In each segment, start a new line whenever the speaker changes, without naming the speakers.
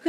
夫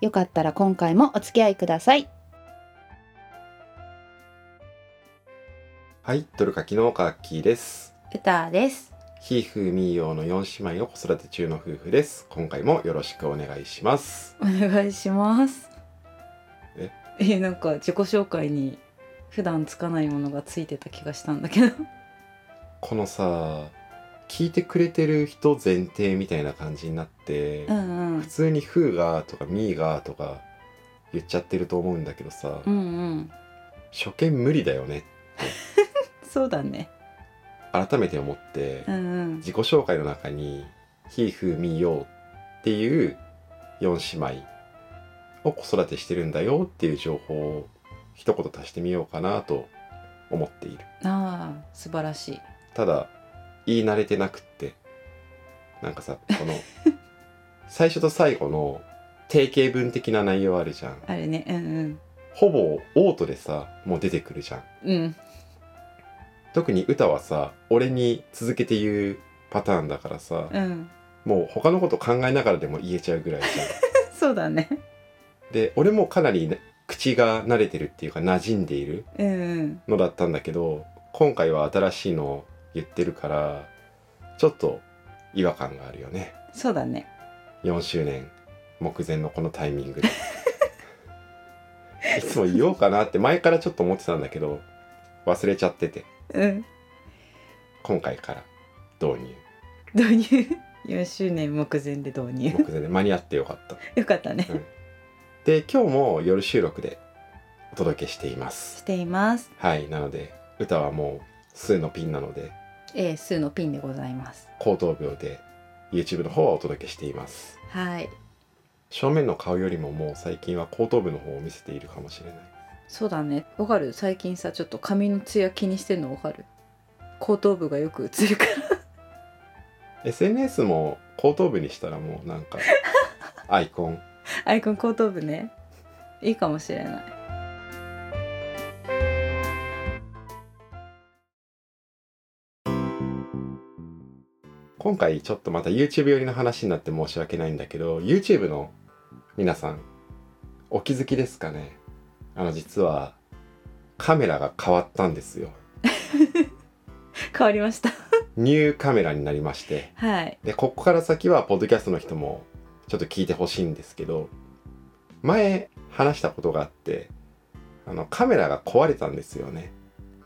よかったら今回もお付き合いください
はいドルカキの岡アッキーです
歌です
ひふみようの4姉妹を子育て中の夫婦です今回もよろしくお願いします
お願いします
え
えなんか自己紹介に普段つかないものがついてた気がしたんだけど
このさ聞いてくれてる人前提みたいな感じになって、
ん
普通に「ふーが」とか「みーが」とか言っちゃってると思うんだけどさ、
うんうん
初見無理だよね
そうだね
改めて思って、
んうん
自己紹介の中に「ひーふーみーよう」っていう4姉妹を子育てしてるんだよっていう情報を一言足してみようかなと思っている
ああ素晴らしい
ただ言い慣れてなくってなんかさこの最初と最後の定型文的な内容あるじゃん
あれねうん
ほぼオートでさもう出てくるじゃん
うんうん
特に歌はさ俺に続けて言うパターンだからさ
うん
もう他のこと考えながらでも言えちゃうぐらいじゃん
そうだね
で俺もかなりな口が慣れてるっていうか馴染んでいる
うんうん
のだったんだけど今回は新しいのを言ってるからちょっと違和感があるよね
そうだね
4周年目前のこのタイミングでいつも言おうかなって前からちょっと思ってたんだけど忘れちゃってて
うん
今回から導
導入 4周年目前で導
入
入
目前で間に合ってよかった
よかったね
で今日も夜収録でお届けしています
しています
はいなので歌はもう数のピンなので
えー、数のピンでございます
高等秒で YouTube の方はお届けしています
はい
正面の顔よりももう最近は後頭部の方を見せているかもしれない
そうだねわかる最近さちょっと髪のツヤ気にしてんのわかる後頭部がよく映るから
SNS も後頭部にしたらもうなんかアイコン
アイコン後頭部ねいいかもしれない
今回ちょっとまた YouTube 寄りの話になって申し訳ないんだけど YouTube の皆さんお気づきですかねあの実はカメラが変わったんですよ
変わりました
ニューカメラになりまして
はい
でここから先はポッドキャストの人もちょっと聞いてほしいんですけど前話したことがあってあのカメラが壊れたんですよね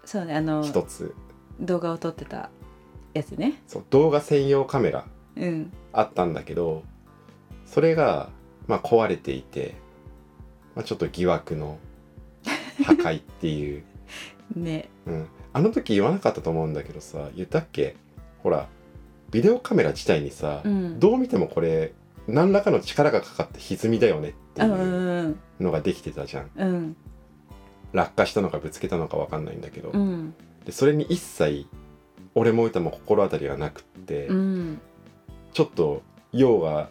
そうねあの
一つ
動画を撮ってたやつね
そう動画専用カメラ
うん
あったんだけどそれが、まあ、壊れていて、まあ、ちょっと疑惑の破壊っていう、
ね
うん、あの時言わなかったと思うんだけどさ言ったっけほらビデオカメラ自体にさ、
うん
どう見てもこれ何らかの力がかかって歪みだよねって
あ
いううんのができてたじゃん
うん
落下したのかぶつけたのかわかんないんだけど、
うん
でそれに一切俺も歌も心当たりがなくって、
うん
ちょっと用が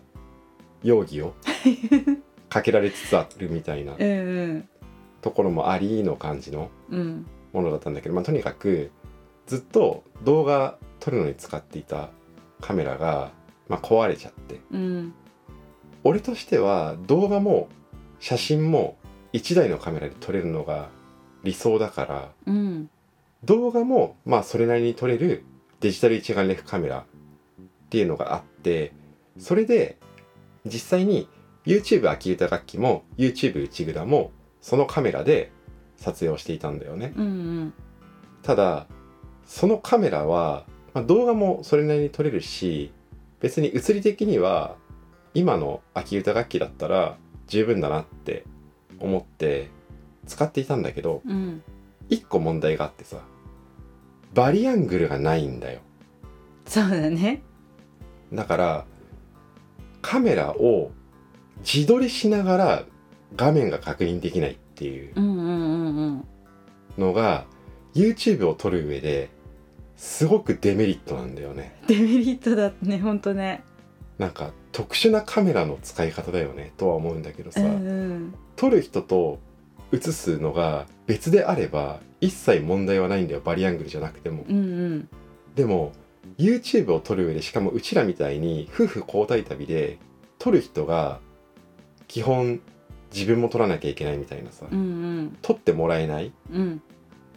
容疑をかけられつつあるみたいな
うんうん
ところもありの感じの
うん
ものだったんだけど、まあ、とにかくずっと動画撮るのに使っていたカメラが、まあ、壊れちゃって
うん
俺としては動画も写真も1台のカメラで撮れるのが理想だから
うん
動画もまあそれなりに撮れるデジタル一眼レフカメラっていうのがあってそれで実際に YouTube 秋歌楽器も YouTube 内蔵もそのカメラで撮影をしていたんだよね
うんうん
ただそのカメラは、まあ、動画もそれなりに撮れるし別に物理的には今の秋歌楽器だったら十分だなって思って使っていたんだけど
うん
一個問題があってさバリアングルがないんだよ
そうだね
だからカメラを自撮りしながら画面が確認できないっていう
うんうんうんうん
のが YouTube を撮る上ですごくデメリットなんだよね
デメリットだねほんとね
なんか特殊なカメラの使い方だよねとは思うんだけど
う
さ、
んうん
撮る人と写すのが別であれば一切問題はないんだよバリアングルじゃなくても、
うんうん
でも YouTube を撮る上でしかもうちらみたいに夫婦交代旅で撮る人が基本自分も撮らなきゃいけないみたいなさ、
うんうん
撮ってもらえないっ
うん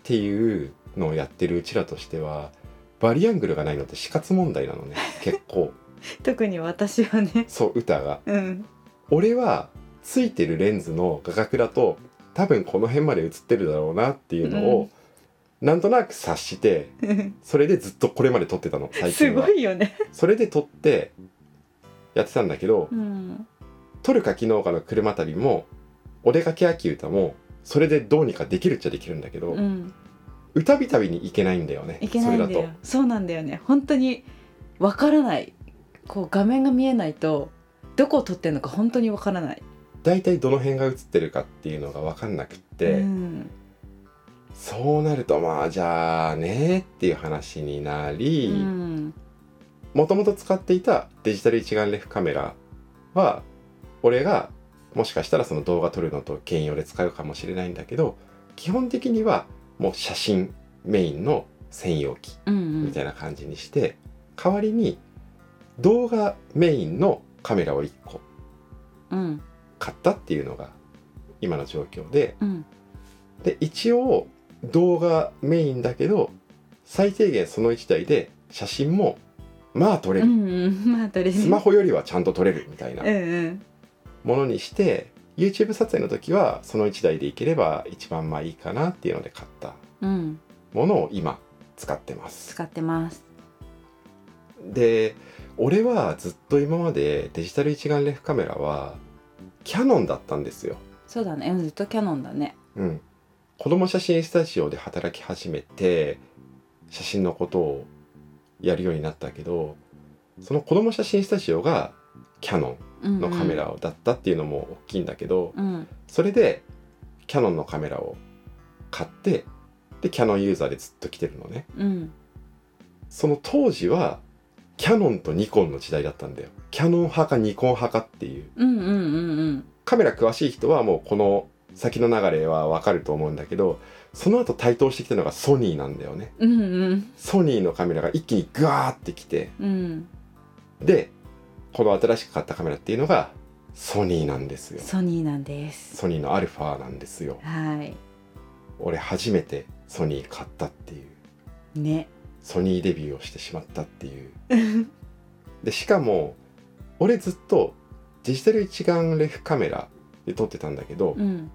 ていうのをやってるうちらとしてはバリアングルがないのって死活問題なのね結構
特に私はね
そう歌が
うん
俺はついてるレンズの画角だと多分この辺まで映ってるだろうなっていうのを、なんとなく察してそれでずっとこれまで撮って たの最
す
近は
ごいよね
それで撮ってやってたんだけど、
うん
撮るか昨日かの車旅もお出かけ秋歌もそれでどうにかできるっちゃできるんだけど、
うん
歌びたびに行けないんだよね
いけないんだ
それだ
よ
と
そうなんだよね本当にわからないこう画面が見えないとどこを撮ってるのか本当にわからない
大体どの辺が映ってるかっていうのが分かんなくって、
うん
そうなるとまあじゃあねっていう話にな
う
り、
ん
もともと使っていたデジタル一眼レフカメラは俺がもしかしたらその動画撮るのと兼用で使うかもしれないんだけど基本的にはもう写真メインの専用機
うんう
み
ん
たいな感じにして、代わりに動画メインのカメラを1個
うん
買ったっていうのが今の状況で
うん
で一応動画メインだけど最低限その1台で写真もまあ撮れ
う
る、
んうんまあとりあえず
スマホよりはちゃんと撮れるみたいな
うんうん
ものにして、YouTube 撮影の時はその1台でいければ一番まあいいかなっていうので買った
うん
ものを今使ってます
使ってます
で俺はずっと今までデジタル一眼レフカメラはキャノンだったんですよ、
そうだねうんずっとキャノンだね
うん、子供写真スタジオで働き始めて写真のことをやるようになったけどその子供写真スタジオがキャノンのカメラだったっていうのも大きいんだけど、
うん
それでキャノンのカメラを買ってでキャノンユーザーでずっと来てるのね
うん
その当時はキャノンとニコンの時代だったんだよキャノン派かニコン派かっていう
うんうんうんうん
カメラ詳しい人はもうこの先の流れはわかると思うんだけどその後台頭してきたのがソニーなんだよね
うんうん
ソニーのカメラが一気にグワーってきて
うん
でこの新しく買ったカメラっていうのがソニーなんですよ
ソニーなんです
ソニーのアルファなんですよ
は
俺初めてソニー買ったっていう
いね
ソニーデビューをしてしまったっていうでしかも俺ずっとデジタル一眼レフカメラで撮ってたんだけど、
うん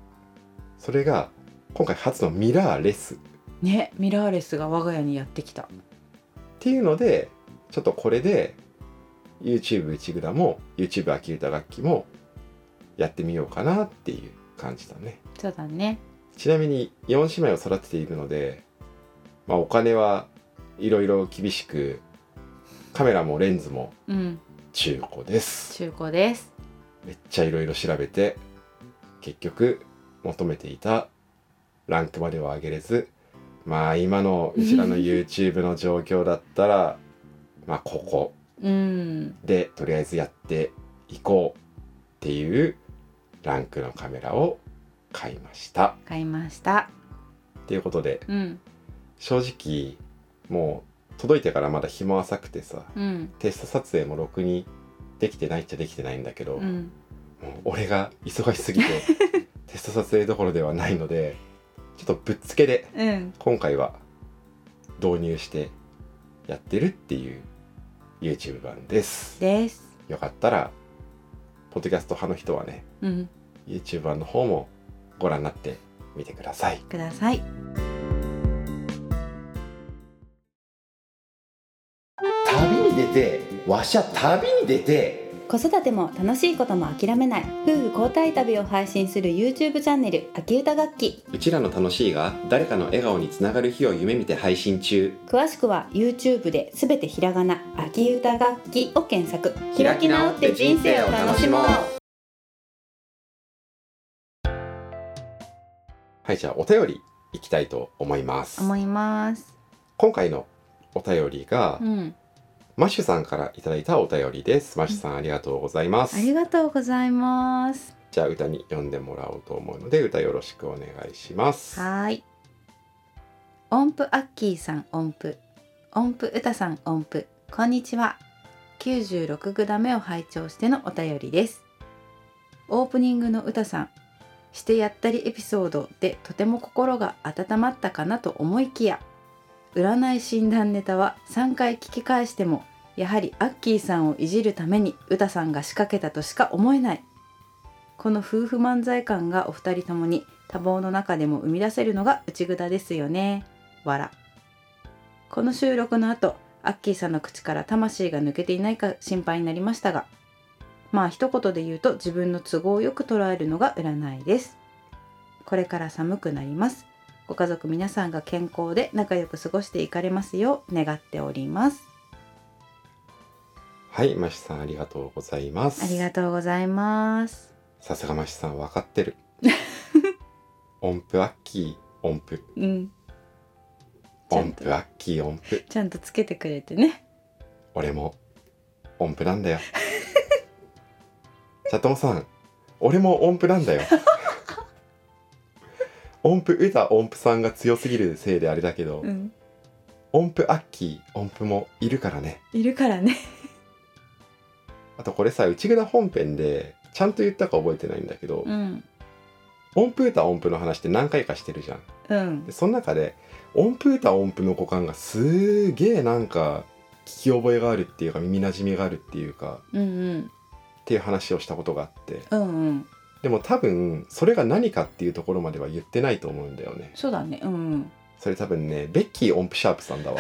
それが今回初のミラーレスっ
ねミラーレスが我が家にやってきた
ていうのでちょっとこれで YouTube 内蔵も YouTube 秋歌楽器もやってみようかなっていう感じだね
そうだね
ちなみに4姉妹を育てているので、まあ、お金はいろいろ厳しくカメラもレンズも
うん
中古です
中古です
めっちゃいろいろ調べて結局求めていたランクまでは上げれずまあ今のうちらの YouTube の状況だったらまあここ
うん
でとりあえずやっていこうっていうランクのカメラを買いました。
買いました
ということで
うん
正直もう届いてからまだ日も浅くてさ
うん
テスト撮影もろくにできてないっちゃできてないんだけど。
うん
もう俺が忙しすぎてテスト撮影どころではないのでちょっとぶっつけで
うん
今回は導入してやってるっていう YouTube 版です
です
よかったらポッドキャスト派の人はね
うん
YouTube 版の方もご覧になってみてください
ください
旅に出てわしゃ旅に出て
子育ても楽しいことも諦めない夫婦交代旅を配信する YouTube チャンネル「秋歌楽器
うちらの楽しいが誰かの笑顔につながる日を夢見て配信中」
詳しくは YouTube で「すべてひらがな秋歌楽器」を検索
開き直って人生を楽しもうはいじゃあお便りいきたいと思います
思います
今回のお便りが、
うん、
マッシュさんからいただいたお便りですマッシュさんありがとうございます、
ありがとうございます。
じゃあ歌に読んでもらおうと思うので歌よろしくお願いします
はーい。音符アッキーさん音符、音符歌さん音符、こんにちは。96グダメを拝聴してのお便りです。オープニングの歌さん、してやったりエピソードでとても心が温まったかなと思いきや、占い診断ネタは3回聞き返しても、やはりアッキーさんをいじるために歌さんが仕掛けたとしか思えない。この夫婦漫才感がお二人ともに多忙の中でも生み出せるのが内蔵ですよね。わら。この収録の後、アッキーさんの口から魂が抜けていないか心配になりましたが、まあ一言で言うと自分の都合をよく捉えるのが占いです。これから寒くなります。ご家族皆さんが健康で仲良く過ごしていかれますよう願っております。
はいマッシュさんありがとうございます
ありがとうございます。
さすがマッシュさん分かって る音符アッキー音符
うん、ちゃん
音
と
符アッキー音符
ちゃんとつけてくれてね。
俺も音符なんだよ チャトモさん俺も音符なんだよ 音符歌音符さんが強すぎるせいであれだけど、
うん、
音符アッキー音符もいるからね
いるからね。
あとこれさ内蔵本編でちゃんと言ったか覚えてないんだけど、
うん。
音符歌音符の話って何回かしてるじゃん
うん
で、その中で音符歌音符の五感がすーげえなんか聞き覚えがあるっていうか耳なじみがあるっていうか
うんうん
っていう話をしたことがあって
うんうん
でも多分それが何かっていうところまでは言ってないと思うんだよね
そうだねうんうん
それ多分ねベッキー音符シャープさんだ わ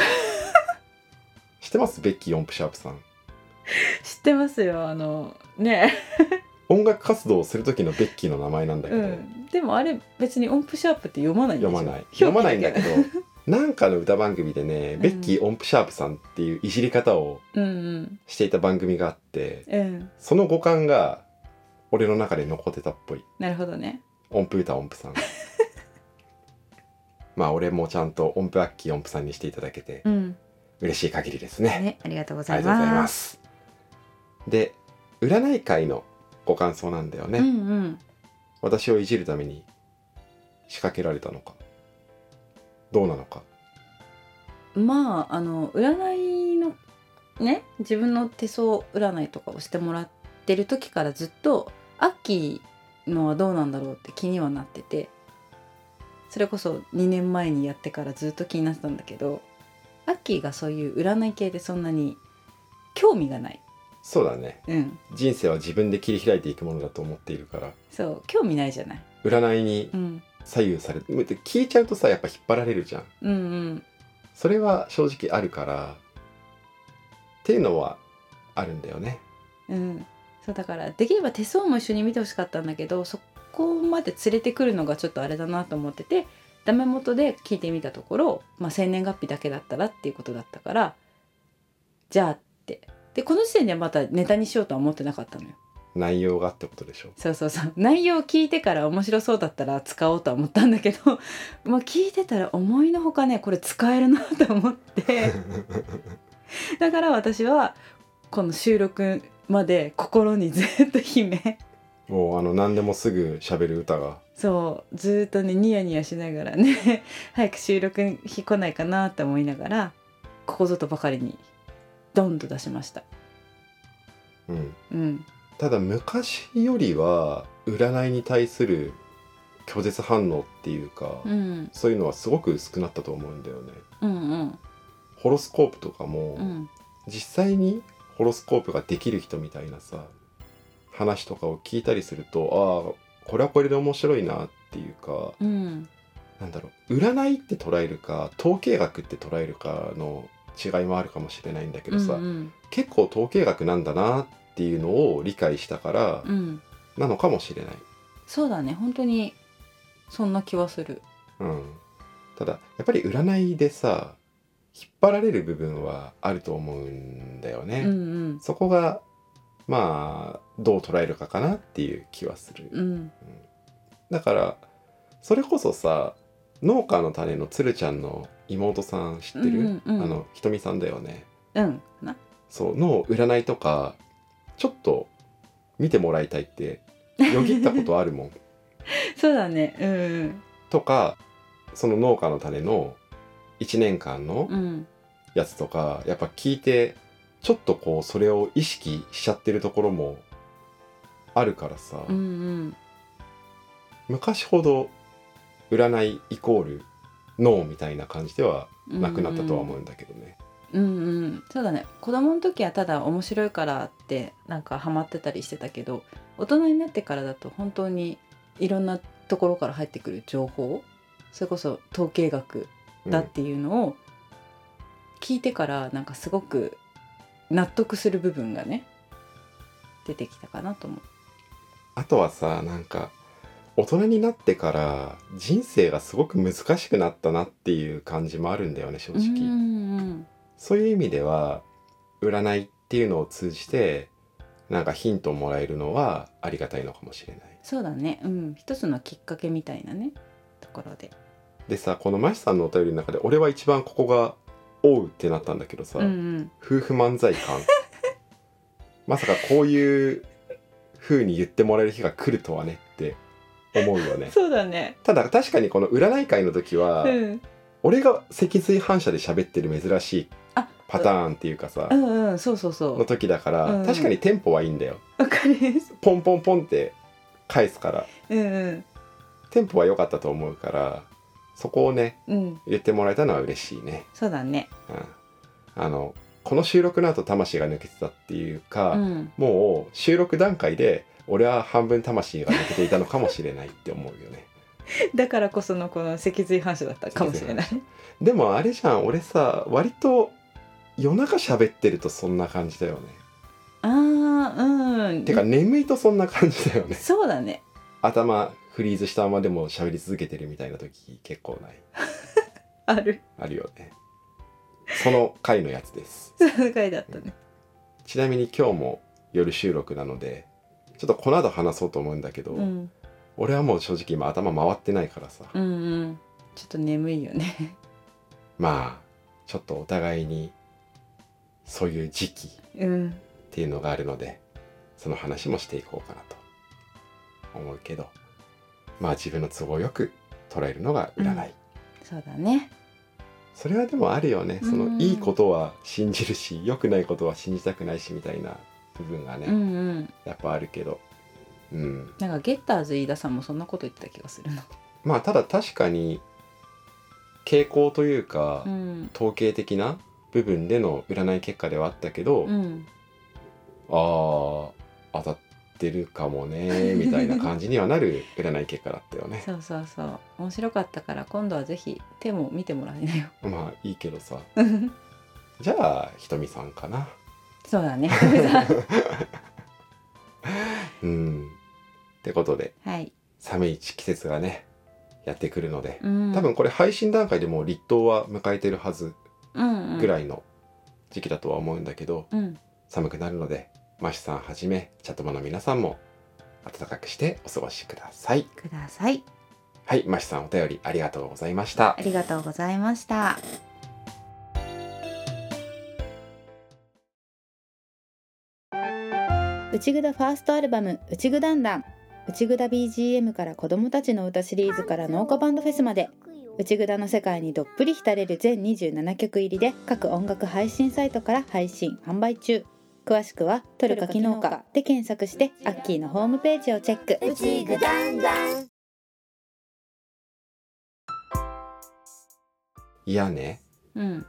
知ってますベッキー音符シャープさん
知ってますよあのね
音楽活動をする時のベッキーの名前なんだけ
う
ど、
んでもあれ別に音符シャープって読まないんでしょ
読まない
表記
読まないんだ
け
け どなんかの歌番組でね、
ん
ベッキー音符シャープさんっていういじり方を
うん
していた番組があって
うんうん
その五感が俺の中で残ってたっぽい
なるほどね
音符歌音符さ んまあ俺もちゃんと音符アッキー音符さんにしていただけて
うん
嬉しい限りですね、
ねありがとうご
あ
ざい
りがとうござい
ま
ますすで占い会のご感想なんだよね、
うんうん
私をいじるために仕掛けられたのかどうなのか
まああの占いのね自分の手相占いとかをしてもらってる時からずっとアッキーのはどうなんだろうって気にはなっててそれこそ2年前にやってからずっと気になってたんだけどアッキーがそういう占い系でそんなに興味がない
そうだね
うん
人生は自分で切り開いていくものだと思っているから
そう興味ないじゃない、
占いに
うん、
左右されて聞いちゃうとさやっぱ引っ張られるじゃん
うんうん
それは正直あるからっていうのはあるんだよね
うんそうだからできれば手相も一緒に見てほしかったんだけどそこまで連れてくるのがちょっとあれだなと思っててダメ元で聞いてみたところ、まあ、生年月日だけだったらっていうことだったからじゃあってでこの時点ではまたネタにしようとは思ってなかったのよ
内容がってことでしょ
そうそうそう内容を聞いてから面白そうだったら使おうとは思ったんだけど まあ聞いてたら思いのほかねこれ使えるなと思って だから私はこの収録まで心にずっと秘め
もうあの何でもすぐ喋る歌が
そうずっとねニヤニヤしながらね早く収録日来ないかなって思いながらここぞとばかりにドンと出しました
うん
うん
ただ昔よりは占いに対する拒絶反応っていうか、
うん
そういうのはすごく薄くなったと思うんだよね
うんうん
ホロスコープとかも、
うん
実際にホロスコープができる人みたいなさ話とかを聞いたりするとああこれはこれで面白いなっていうか
うん
なんだろう占いって捉えるか統計学って捉えるかの違いもあるかもしれないんだけどさ、
うん
結構統計学なんだなっていうのを理解したから
うん
なのかもしれない。
そうだね本当にそんな気はする
うん、ただやっぱり占いでさ引っ張られる部分はあると思うんだよね。
うんうん
そこがまあどう捉えるかかなっていう気はする、
うん
だからそれこそさ農家の種のつるちゃんの妹さん知ってる、
うんうんうん
あのひとみさんだよね
うんな
そうの占いとかちょっと見てもらいたいってよぎったことあ るもん
そうだねうん
とかその農家の種の1年間の
うん
やつとかやっぱ聞いてちょっとこうそれを意識しちゃってるところもあるからさ、
うんうん
昔ほど占いイコール脳みたいな感じでは
うん
なくなったとは思うんだけどね。
うんうんそうだね子供の時はただ面白いからってなんかハマってたりしてたけど大人になってからだと本当にいろんなところから入ってくる情報それこそ統計学だっていうのを聞いてからなんかすごく納得する部分がね出てきたかなと思う。
あとはさなんか大人になってから人生がすごく難しくなったなっていう感じもあるんだよね正
う
直。
んうん
そういう意味では占いっていうのを通じてなんかヒントをもらえるのはありがたいのかもしれない。
そうだね、うん、一つのきっかけみたいなねところで。
でさこのマシさんのお便りの中で俺は一番ここが「おう」ってなったんだけどさ、
うんうん、
夫婦漫才 感まさかこういう風に言ってもらえる日が来るとはねって思うよね
そうだね、
ただ確かにこの占い会の時は、
うん、
俺が脊髄反射で喋ってる珍しい
あ
パターンっていうかさ、
うんうんそうそうそう
の時だから、
うん
確かにテンポはいいんだよ
わかります。
ポンポンポンって返すから
うん
テンポは良かったと思うからそこをね
うんうん、
言ってもらえたのは嬉しいね、
そうだね。
うん、あのこの収録の後魂が抜けてたっていうか、
うん、
もう収録段階で俺は半分魂が抜けていたのかもしれないって思うよね
だからこそのこの脊髄反射だったかもしれない。
でもあれじゃん俺さ割と夜中喋ってるとそんな感じだよね
ああ、うん。
てか眠いとそんな感じだよね
そうだね。
頭フリーズしたままでも喋り続けてるみたいな時結構ない
ある。
あるよねその回のやつです
その回だったね。
ちなみに今日も夜収録なのでちょっとこの後話そうと思うんだけど、
うん、
俺はもう正直今頭回ってないからさ、
うん、うん。ちょっと眠いよね。
まあちょっとお互いにそういう時期っ
うん。
ていうのがあるのでその話もしていこうかなと思うけどまあ自分の都合よく捉えるのが占い、
そうだね。そ
それはでもあるよね
うん
そのいいことは信じるし良くないことは信じたくないしみたいな部分がね、
うんうん。
やっぱあるけどうん
なんかゲッターズ飯田さんもそんなこと言ってた気がするな。
まあただ確かに傾向というか、
うん。
統計的な部分での占い結果ではあったけど、
うん。
ああ当たってるかも ねみたいな感じにはなる占い結果だったよね
そうそうそう。面白かったから今度はぜひ手も見てもらえないよ。
まあいいけどさ じゃあひとみさんかな
そう だね。ひとみさん
うんってことで
はい。
寒い季節がねやってくるので
うん。
多分これ配信段階でもう立冬は迎えてるはず
うんうん
ぐらいの時期だとは思うんだけど
うん。
寒くなるのでマシさんはじめチャットマの皆さんも暖かくしてお過ごしください
ください。
はいマシさんお便りありがとうございました
ありがとうございました。
内ぐだファーストアルバム「内ぐだんだん」内ぐだ BGM から子どもたちの歌シリーズから農家バンドフェスまで内ぐだの世界にどっぷり浸れる全27曲入りで各音楽配信サイトから配信販売中詳しくは「トルカ機能かで検索してアッキーのホームページをチェック
いやね
うん。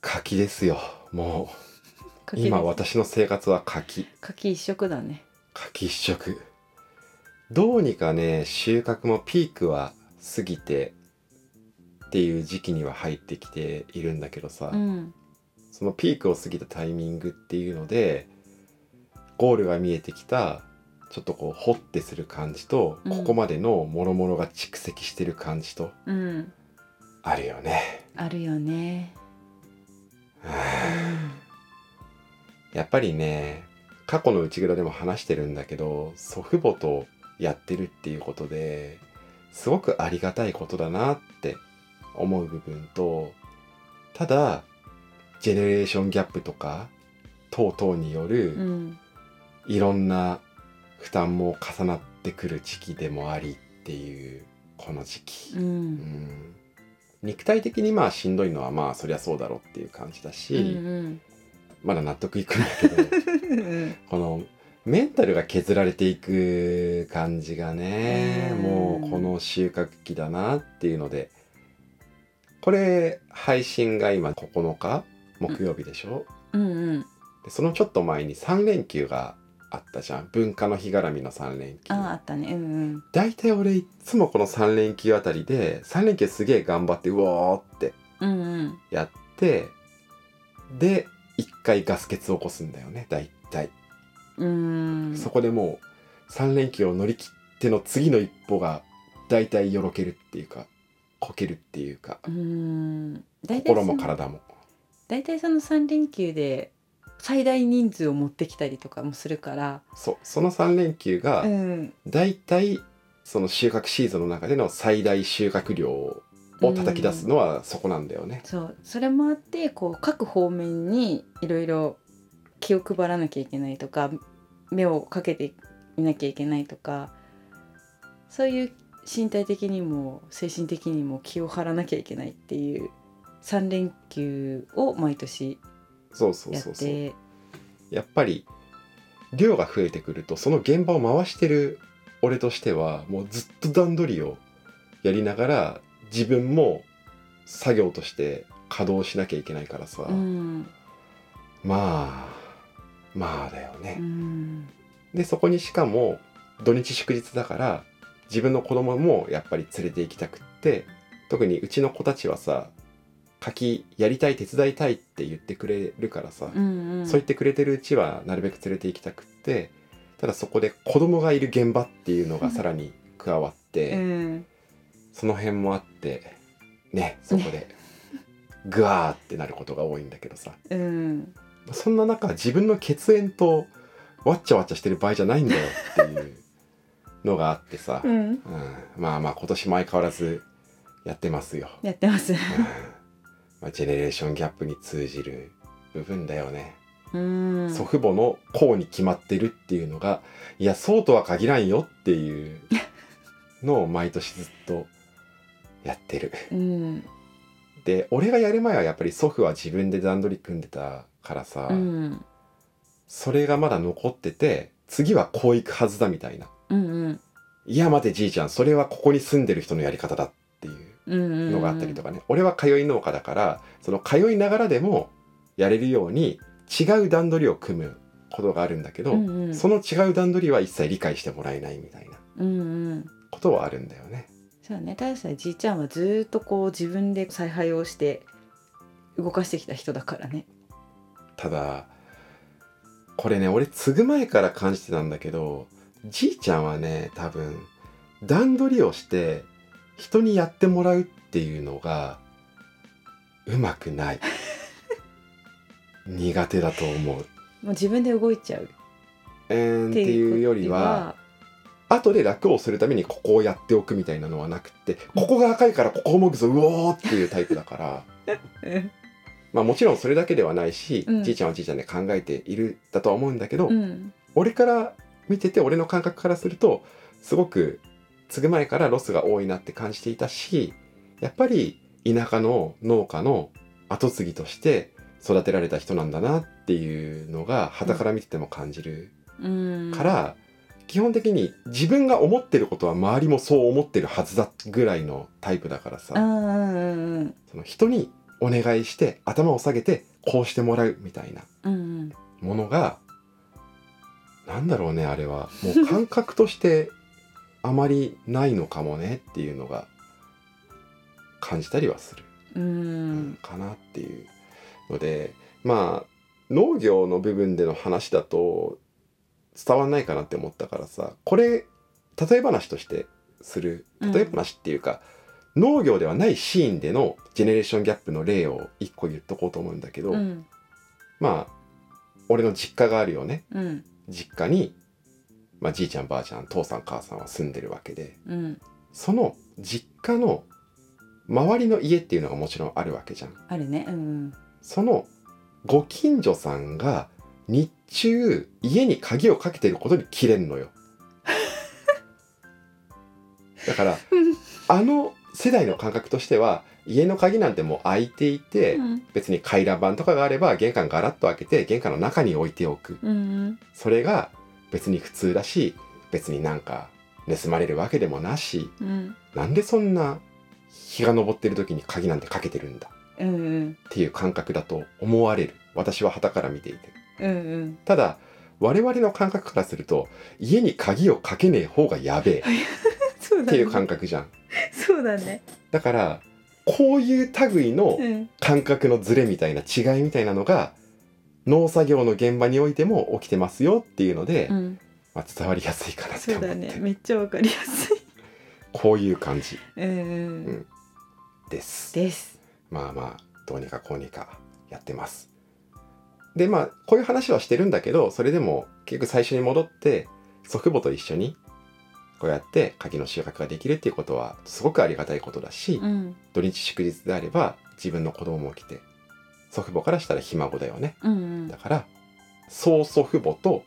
柿ですよもう
柿
今
です
私の生活は柿
柿一色だね。
柿一色どうにかね収穫もピークは過ぎてっていう時期には入ってきているんだけどさ、
うん。
そのピークを過ぎたタイミングっていうのでゴールが見えてきたちょっとこうホッてする感じと、
うん
ここまでの諸々が蓄積してる感じと
うん。
あるよね
あるよね。
やっぱりね過去の内蔵でも話してるんだけど祖父母とやってるっていうことですごくありがたいことだなって思う部分とただジェネレーションギャップとか等々によ
う
る
ん
いろんな負担も重なってくる時期でもありっていうこの時期
う、
うんん肉体的にまあしんどいのはまあそりゃそうだろうっていう感じだし、
うん
まだ納得いくんだけど このメンタルが削られていく感じがね
うん
もうこの収穫期だなっていうのでこれ配信が今9日木曜日でしょ、
うん
でそのちょっと前に3連休があったじゃん文化の日絡みの3連休
あああったねうん
大体俺いっつもこの3連休あたりで3連休すげえ頑張ってうおーって
うんうん
やってで一回ガス欠を起こすんだよね大
うん
体、
うん
そこでもう3連休を乗り切っての次の一歩が大体よろけるっていうかこけるっていうか
うん大体
心
そ
も
の
体も
大体その3連休で最大人数を持ってきたりとかもするから
そうその3連休が
ん
大体その収穫シーズンの中での最大収穫量を叩き出すのはそこなんだよね、
そうそれもあってこう各方面にいろいろ気を配らなきゃいけないとか目をかけていなきゃいけないとかそういう身体的にも精神的にも気を張らなきゃいけないっていう3連休を毎年
そうそう
やっ
そうそう
て
やっぱり量が増えてくるとその現場を回してる俺としてはもうずっと段取りをやりながら自分も作業として稼働しなきゃいけないからさ、
うん
まあまあだよ
う
ね。
ん
でそこにしかも土日祝日だから自分の子供もやっぱり連れて行きたくって特にうちの子たちはさ柿やりたい手伝いたいって言ってくれるからさ、
うん
そう言ってくれてるうちはなるべく連れて行きたくってただそこで子供がいる現場っていうのがさらに加わって、
うん
その辺もあってねそこで グワーってなることが多いんだけどさ
うん
そんな中自分の血縁とわっちゃわっちゃしてる場合じゃないんだよっていうのがあってさ、
うん
うんまあまあ今年も相変わらずやってますよ、
やってます
うんまあ、ジェネレーションギャップに通じる部分だよね。
うん
祖父母の功に決まってるっていうのがいやそうとは限らんよっていうのを毎年ずっとやってる。
うん
で俺がやる前はやっぱり祖父は自分で段取り組んでたからさ、
うん
それがまだ残ってて次はこういくはずだみたいな
うんうん
「いや待てじいちゃんそれはここに住んでる人のやり方だ」っていう
うん
のがあったりとかね、俺は通い農家だからその通いながらでもやれるように違う段取りを組むことがあるんだけど、
うんうん
その違う段取りは一切理解してもらえないみたいな
うんうん
ことはあるんだよね。
そうね確かにじいちゃんはずーっとこう自分で采配をして動かしてきた人だからね。
ただこれね俺継ぐ前から感じてたんだけどじいちゃんはね多分段取りをして人にやってもらうっていうのがうまくない 苦手だと思う。
もう自分で動いちゃうっ
えーんってて
いう
いうよりは後で楽をするためにここをやっておくみたいなのはなくってここが赤いからここをもぐぞうおーっていうタイプだから。
ことは
まあもちろんそれだけではないし、
うん
じいちゃんはじいちゃんで考えているだとは思うんだけど、
うんうん
俺から見てて俺の感覚からするとすごく継ぐ前からロスが多いなって感じていたしやっぱり田舎の農家の後継ぎとして育てられた人なんだなっていうのが傍から見てても感じる
うん
から、基本的に自分が思ってることは周りもそう思ってるはずだぐらいのタイプだからさ。
うんうんうん
その人にお願いして頭を下げてこうしてもらうみたいな
うん
ものがなんだろうねあれはもう感覚としてあまりないのかもねっていうのが感じたりはする、
うんうん
かなっていうのでまあ農業の部分での話だと伝わんないかなって思ったからさこれ例え話としてする
うん
例え話っていうか、農業ではないシーンでのジェネレーションギャップの例を一個言っとこうと思うんだけど、
うん
まあ俺の実家があるよね
うん
実家に、まあ、じいちゃんばあちゃん父さん母さんは住んでるわけで
うん
その実家の周りの家っていうのがもちろんあるわけじゃん
あるねうん
そのご近所さんが日中家に鍵をかけてることに切れんのよ だからあの世代の感覚としては家の鍵なんてもう開いていて、
うん
別に回覧板とかがあれば玄関ガラッと開けて玄関の中に置いておく
うん
それが別に普通だし別になんか盗まれるわけでもなし
うん
なんでそんな日が昇ってる時に鍵なんてかけてるんだ
うんうん
っていう感覚だと思われる私は傍から見ていて
うん
ただ我々の感覚からすると家に鍵をかけねえ方がやべえ
そう
っ
だ
て
ね
いう感覚じゃん
そうだね
だからこういう類の
うん
感覚のズレみたいな違いみたいなのが農作業の現場においても起きてますよっていうので、
うん
まあ、伝わりやすいかなって
そ
思
う
って、
だねめっちゃわかりやすい
こういう感じ
うんう
うんんです
です
まあまあどうにかこうにかやってますでまあこういう話はしてるんだけどそれでも結局最初に戻って祖父母と一緒にこうやって柿の収穫ができるっていうことはすごくありがたいことだし、
うん
土日祝日であれば自分の子供も来て祖父母からしたらひ孫だよね
うんうん
だから曽祖父母と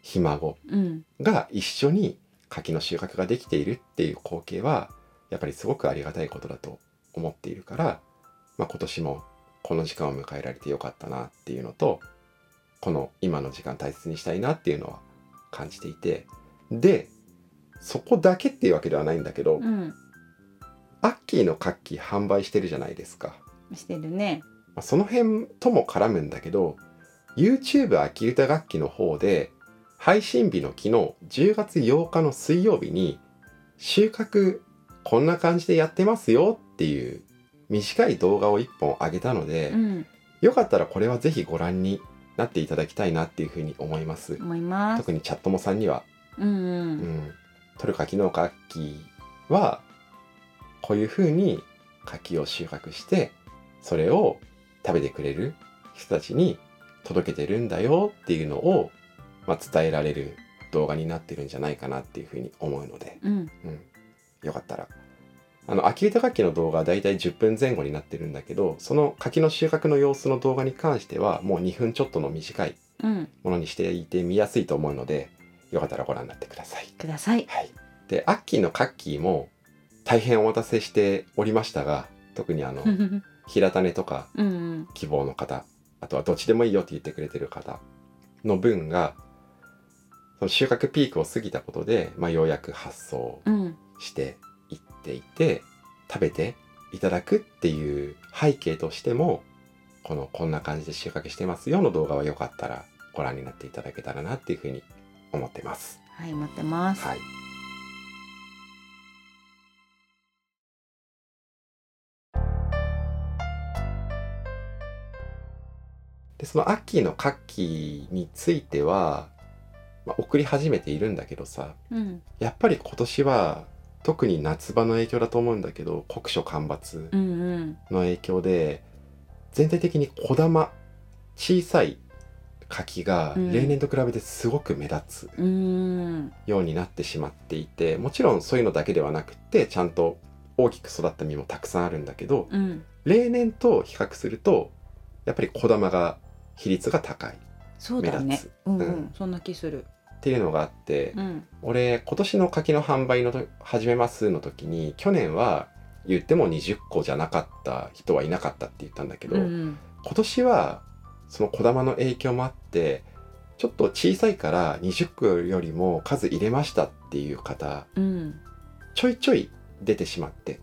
ひ孫
うん
が一緒に柿の収穫ができているっていう光景はやっぱりすごくありがたいことだと思っているから、まあ、今年もこの時間を迎えられてよかったなっていうのとこの今の時間大切にしたいなっていうのは感じていてでそこだけっていうわけではないんだけど、
うん
アッキーの柿販売してるじゃないですか、
してるね
まあ、その辺とも絡むんだけど YouTube 秋歌楽器の方で配信日の昨日10月8日の水曜日に収穫こんな感じでやってますよっていう短い動画を1本上げたので、
うん
よかったらこれはぜひご覧になっていただきたいなっていうふうに思います、
思います
特にチャットモさんには
うんう
うんん、取る柿農家秋はこういうふうに柿を収穫してそれを食べてくれる人たちに届けてるんだよっていうのを、まあ、伝えられる動画になってるんじゃないかなっていうふうに思うので、
うん
うん、よかったら。あの秋歌楽器の動画はだいたい10分前後になってるんだけどその柿の収穫の様子の動画に関してはもう2分ちょっとの短い
うん
ものにしていて見やすいと思うのでよかったらご覧になってください。
ください
はい、でアッキーのカッキーも大変お待たせしておりましたが特にあの
うん
平種とか
うん
希望の方あとはどっちでもいいよって言ってくれてる方の分がその収穫ピークを過ぎたことで、まあ、ようやく発送
うん
していっていて食べていただくっていう背景としてもこの「こんな感じで収穫してますよ」の動画はよかったらご覧になっていただけたらなっていうふうに思ってます。
はい待ってます
はい。でそのアッキーのカッキーについては、まあ、送り始めているんだけどさ
うん
やっぱり今年は特に夏場の影響だと思うんだけど酷暑干ばつ
うんうん
の影響で全体的に小玉小さい柿が
うん
例年と比べてすごく目立つ。
うーん
ようになってしまっていてもちろんそういうのだけではなくてちゃんと大きく育った実もたくさんあるんだけど
うん
例年と比較するとやっぱり小玉が比率が高い
そうだ
目
ね
立つ
うんう
うん
んそんな気する
っていうのがあって、
うん
俺今年の柿の販売のと始めますの時に去年は言っても20個じゃなかった人はいなかったって言ったんだけど、
うんうん
今年はその小玉の影響もあってちょっと小さいから20個よりも数入れましたっていう方
うん
ちょいちょい出てしまって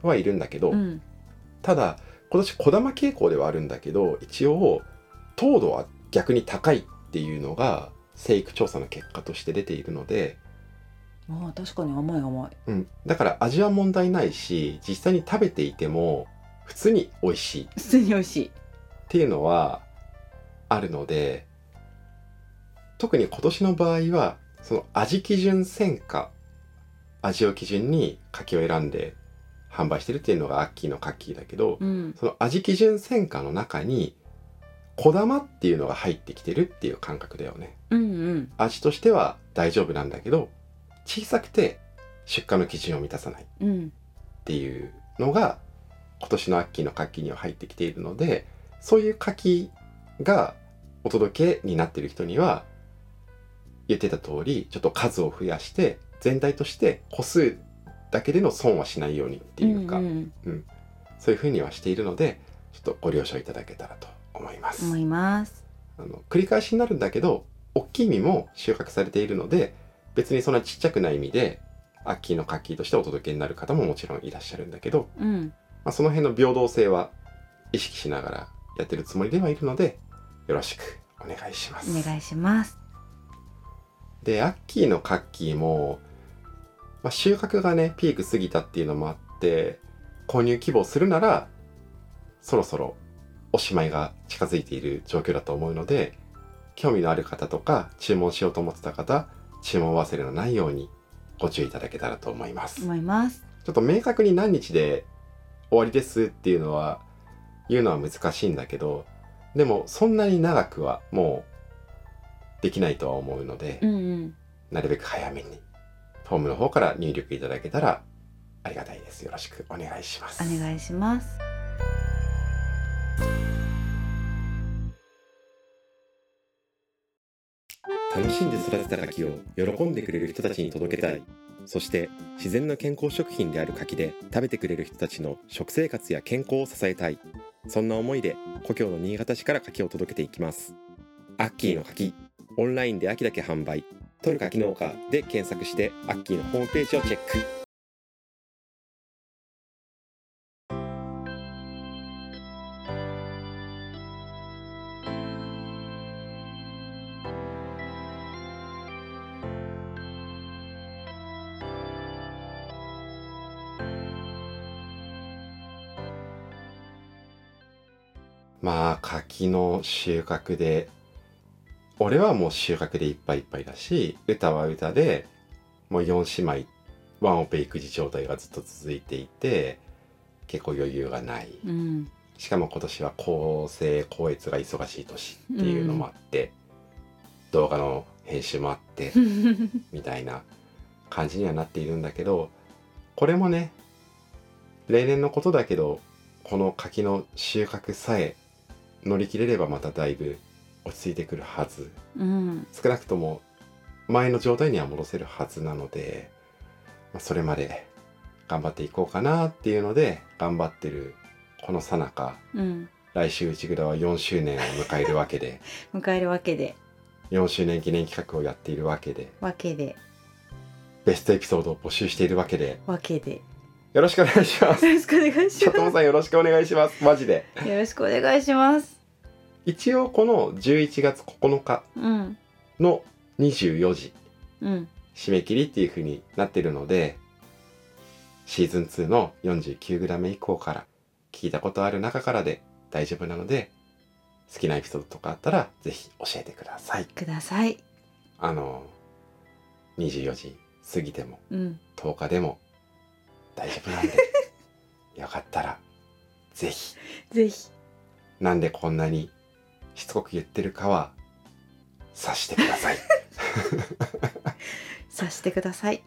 はいるんだけど、
うん
ただ今年小玉傾向ではあるんだけど一応糖度は逆に高いっていうのが生育調査の結果として出ているので、
ああ確かに甘い甘い
うん、だから味は問題ないし実際に食べていても普通に美味しいっ
普通に美味しい
ていうのはあるので特に今年の場合はその味基準選果味を基準に柿を選んで販売してるっていうのがアッキーの柿だけど、
うん
その味基準選果の中に小玉っていうのが入ってきてるっていう感覚だよね
うんうん
味としては大丈夫なんだけど小さくて出荷の基準を満たさないっ
うん
ていうのが今年の秋の牡蠣には入ってきているのでそういう牡蠣がお届けになっている人には言ってた通りちょっと数を増やして全体として個数だけでの損はしないようにっていうか、
んん
そういうふうにはしているのでちょっとご了承いただけたらと思います。
思います
あの繰り返しになるんだけど大きい実も収穫されているので別にそんなちっちゃくない実で秋の柿としてお届けになる方ももちろんいらっしゃるんだけど、
うん
まあ、その辺の平等性は意識しながらやってるつもりではいるのでよろしくお願いします。
お願いします
でアッキーのカッキーも、まあ、収穫がねピーク過ぎたっていうのもあって購入希望するならそろそろおしまいが近づいている状況だと思うので興味のある方とか注文しようと思ってた方注文忘れのないようにご注意いただけたらと思います。
思います
ちょっと明確に何日で終わりですっていうのは言うのは難しいんだけどでもそんなに長くはもうできないとは思うので、
うんうん
なるべく早めにフォームの方から入力いただけたらありがたいですよろしくお願いします
お願いします
楽しんで育てた柿を喜んでくれる人たちに届けたいそして自然の健康食品である柿で食べてくれる人たちの食生活や健康を支えたいそんな思いで故郷の新潟市から柿を届けていきますアッキーの柿オンラインで秋だけ販売取る柿農家で検索してアッキーのホームページをチェックまあ柿の収穫で俺はもう収穫でいっぱいいっぱいだし歌は歌でもう4姉妹ワンオペ育児状態がずっと続いていて結構余裕がない
うん
しかも今年は構成校閲が忙しい年っていうのもあって、動画の編集もあってみたいな感じにはなっているんだけどこれもね例年のことだけどこの柿の収穫さえ乗り切れればまただいぶ落ち着いてくるはず
うん
少なくとも前の状態には戻せるはずなので、まあ、それまで頑張っていこうかなっていうので頑張ってるこの最中
うん
来週内蔵は4周年を迎えるわけで
迎えるわけで
4周年記念企画をやっているわけで
わけで
ベストエピソードを募集しているわけで
わけでよ
よろしくお願いし ます
ろしくお願いし
佐
ま
藤さんよろしくお願いしますマジです
よろしくお願いします
一応この11月9日
うん
の24時
うん
締め切りっていう風になってるのでシーズン2の 49g 以降から聞いたことある中からで大丈夫なので好きなエピソードとかあったらぜひ教えてください
ください
あの24時過ぎても
うん
10日でも大丈夫なんでよかったらぜひ
ぜひ
なんでこんなにしつこく言ってるかは察してく ださい
さしてください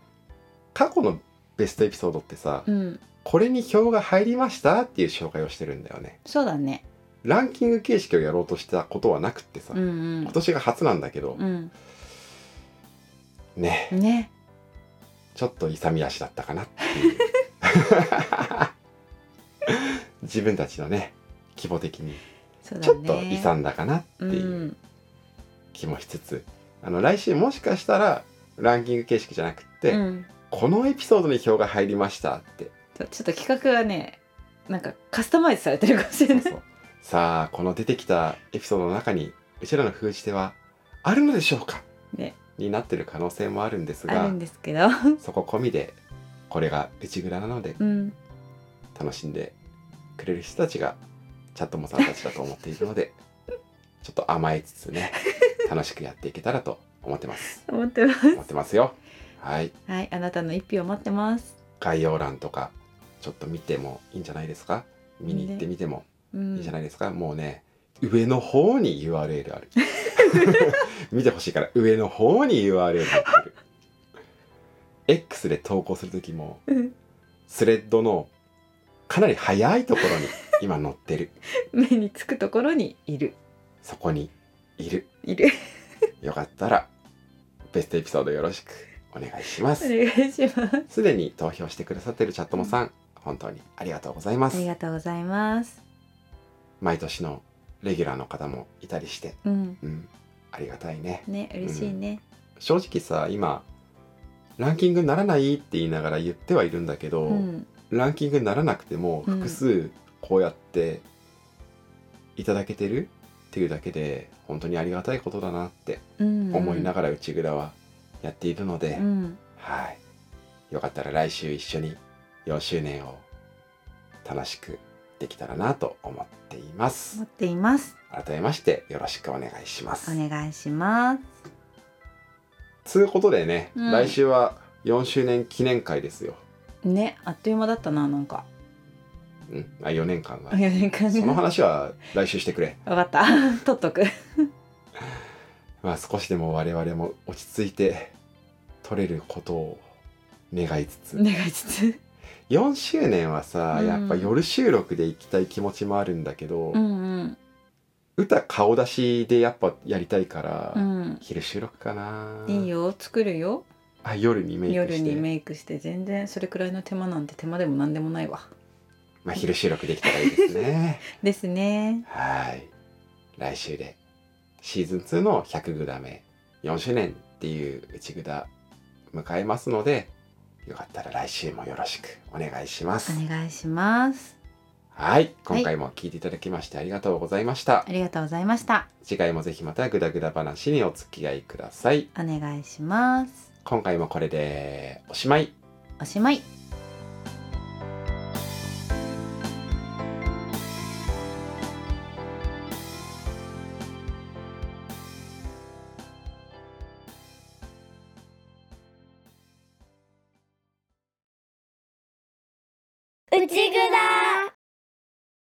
過去のベストエピソードってさ、
うん
これに票が入りましたっていう紹介をしてるんだよね
そうだね
ランキング形式をやろうとしたことはなくってさ、
うん
今年が初なんだけど
う、ん
ね
うんね
ちょっと勇み足だったかなっていう 自分たちのね規模的に
そう
ち
だ
ょっと
ね
勇んだかなって
う
いうん気もしつつ、あの来週もしかしたらランキング形式じゃなくって、
うん
このエピソードに票が入りましたって
そうちょっと企画がねなんかカスタマイズされてるかもしれ
そ
な
う
い
そうさあこの出てきたエピソードの中にうちらの封じ手はあるのでしょうか、
ね
になってる可能性もあるんです
ある
が
んですけど
そこ込みでこれが内蔵なので
うん
楽しんでくれる人たちがチャットモさんたちだと思っている のでちょっと甘えつつね楽しくやっていけたらと思ってます
思ってます
思ってますよはい
はいあなたの一票待ってます
概要欄とかちょっと見てもいいんじゃないですか見に行ってみても
うん
いいじゃないですか、もうね上の方に URL ある 見てほしいから上の方に URL 貼ってる X で投稿する時も
うん
スレッドのかなり早いところに今載ってる
目につくところにいる
そこにいる
い る
よかったらベストエピソードよろしくお願いしま
お
す
願いします
すでに投票してくださってるチャットもさん本当にありがとうございま
あり
す
がとうございます
毎年のレギュラーの方もいたりして
うん
うんありがたいね
ね嬉しいね
正直さ今ランキングにならないって言いながら言ってはいるんだけど、
うん
ランキングにならなくても
うん
複数こうやっていただけてるっていうだけで本当にありがたいことだなって
うん
思いながら内蔵はやっているので、
うん
はいよかったら来週一緒に4周年を楽しくできたらなと思っていま
持
す
っています
改めましてよろしくお願いします
お願いします
つうことでね、
うん
来週は4周年記念会ですよ、
ねあっという間だったななんか
うん、あ4年間は
4年間
その
分
話は来週してくれ
かった 取っとく
まあ少しでも我々も落ち着いて取れることを願いつ
お
つ、
願いしつつ
4周年はさ、
うん
やっぱ夜収録で行きたい気持ちもあるんだけど、
うんうん
歌顔出しでやっぱやりたいから、
うん
昼収録かない
いよ作るよ
あ夜にメイク
夜
して
にメイクして全然それくらいの手間なんて手間でも何でもないわ
まあ昼収録できたらいいですね
ですね
はい来週でシーズン2の100グダ目4周年っていう内グダ迎えますのでよかったら来週もよろしくお願いします
お願いします
はい今回も聞いていただきましてありがとうございました、
ありがとうございました
次回もぜひまたグダグダ話にお付き合いください
お願いします
今回もこれでおしまい
おしまい
内ぐだ